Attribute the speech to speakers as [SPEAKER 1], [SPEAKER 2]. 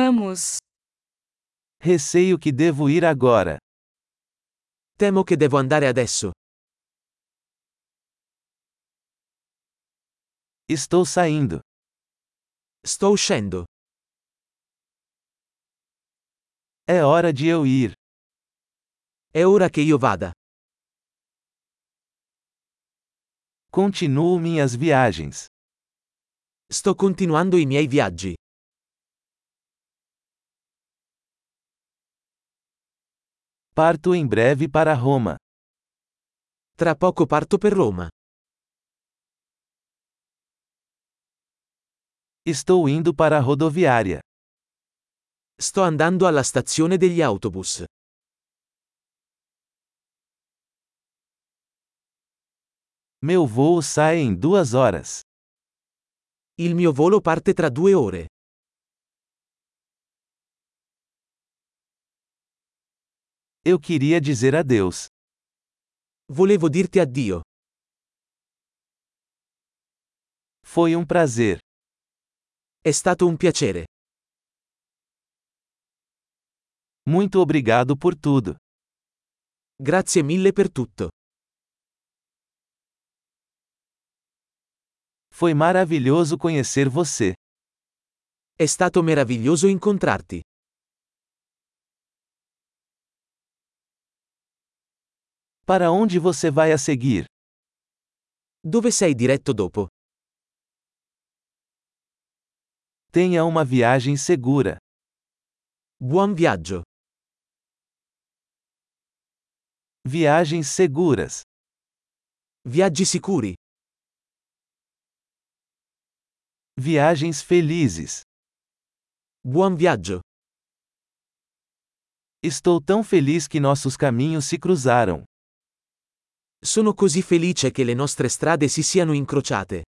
[SPEAKER 1] Vamos.
[SPEAKER 2] Receio que devo ir agora.
[SPEAKER 3] Temo che devo andare adesso.
[SPEAKER 2] Estou saindo.
[SPEAKER 3] Sto uscendo.
[SPEAKER 2] É hora de eu ir.
[SPEAKER 3] È ora che io vada.
[SPEAKER 2] Continuo minhas viagens.
[SPEAKER 3] Sto continuando i miei viaggi.
[SPEAKER 2] Parto em breve para Roma.
[SPEAKER 3] Tra poco parto per Roma.
[SPEAKER 2] Estou indo para a rodoviária.
[SPEAKER 3] Sto andando alla stazione degli autobus.
[SPEAKER 2] Meu voo sai em duas horas.
[SPEAKER 3] Il mio volo parte tra due ore.
[SPEAKER 2] Eu queria dizer adeus.
[SPEAKER 3] Volevo dirti addio.
[SPEAKER 2] Foi um prazer.
[SPEAKER 3] È stato un piacere.
[SPEAKER 2] Muito obrigado por tudo.
[SPEAKER 3] Grazie mille per tutto.
[SPEAKER 2] Foi maravilhoso conhecer você.
[SPEAKER 3] È stato meraviglioso incontrarti.
[SPEAKER 2] Para onde você vai a seguir?
[SPEAKER 3] Dove sei diretto dopo?
[SPEAKER 2] Tenha uma viagem segura.
[SPEAKER 3] Buon viaggio.
[SPEAKER 2] Viagens seguras.
[SPEAKER 3] Viaggi sicuri.
[SPEAKER 2] Viagens felizes.
[SPEAKER 3] Buon viaggio.
[SPEAKER 2] Estou tão feliz que nossos caminhos se cruzaram.
[SPEAKER 3] Sono così felice che le nostre strade si siano incrociate.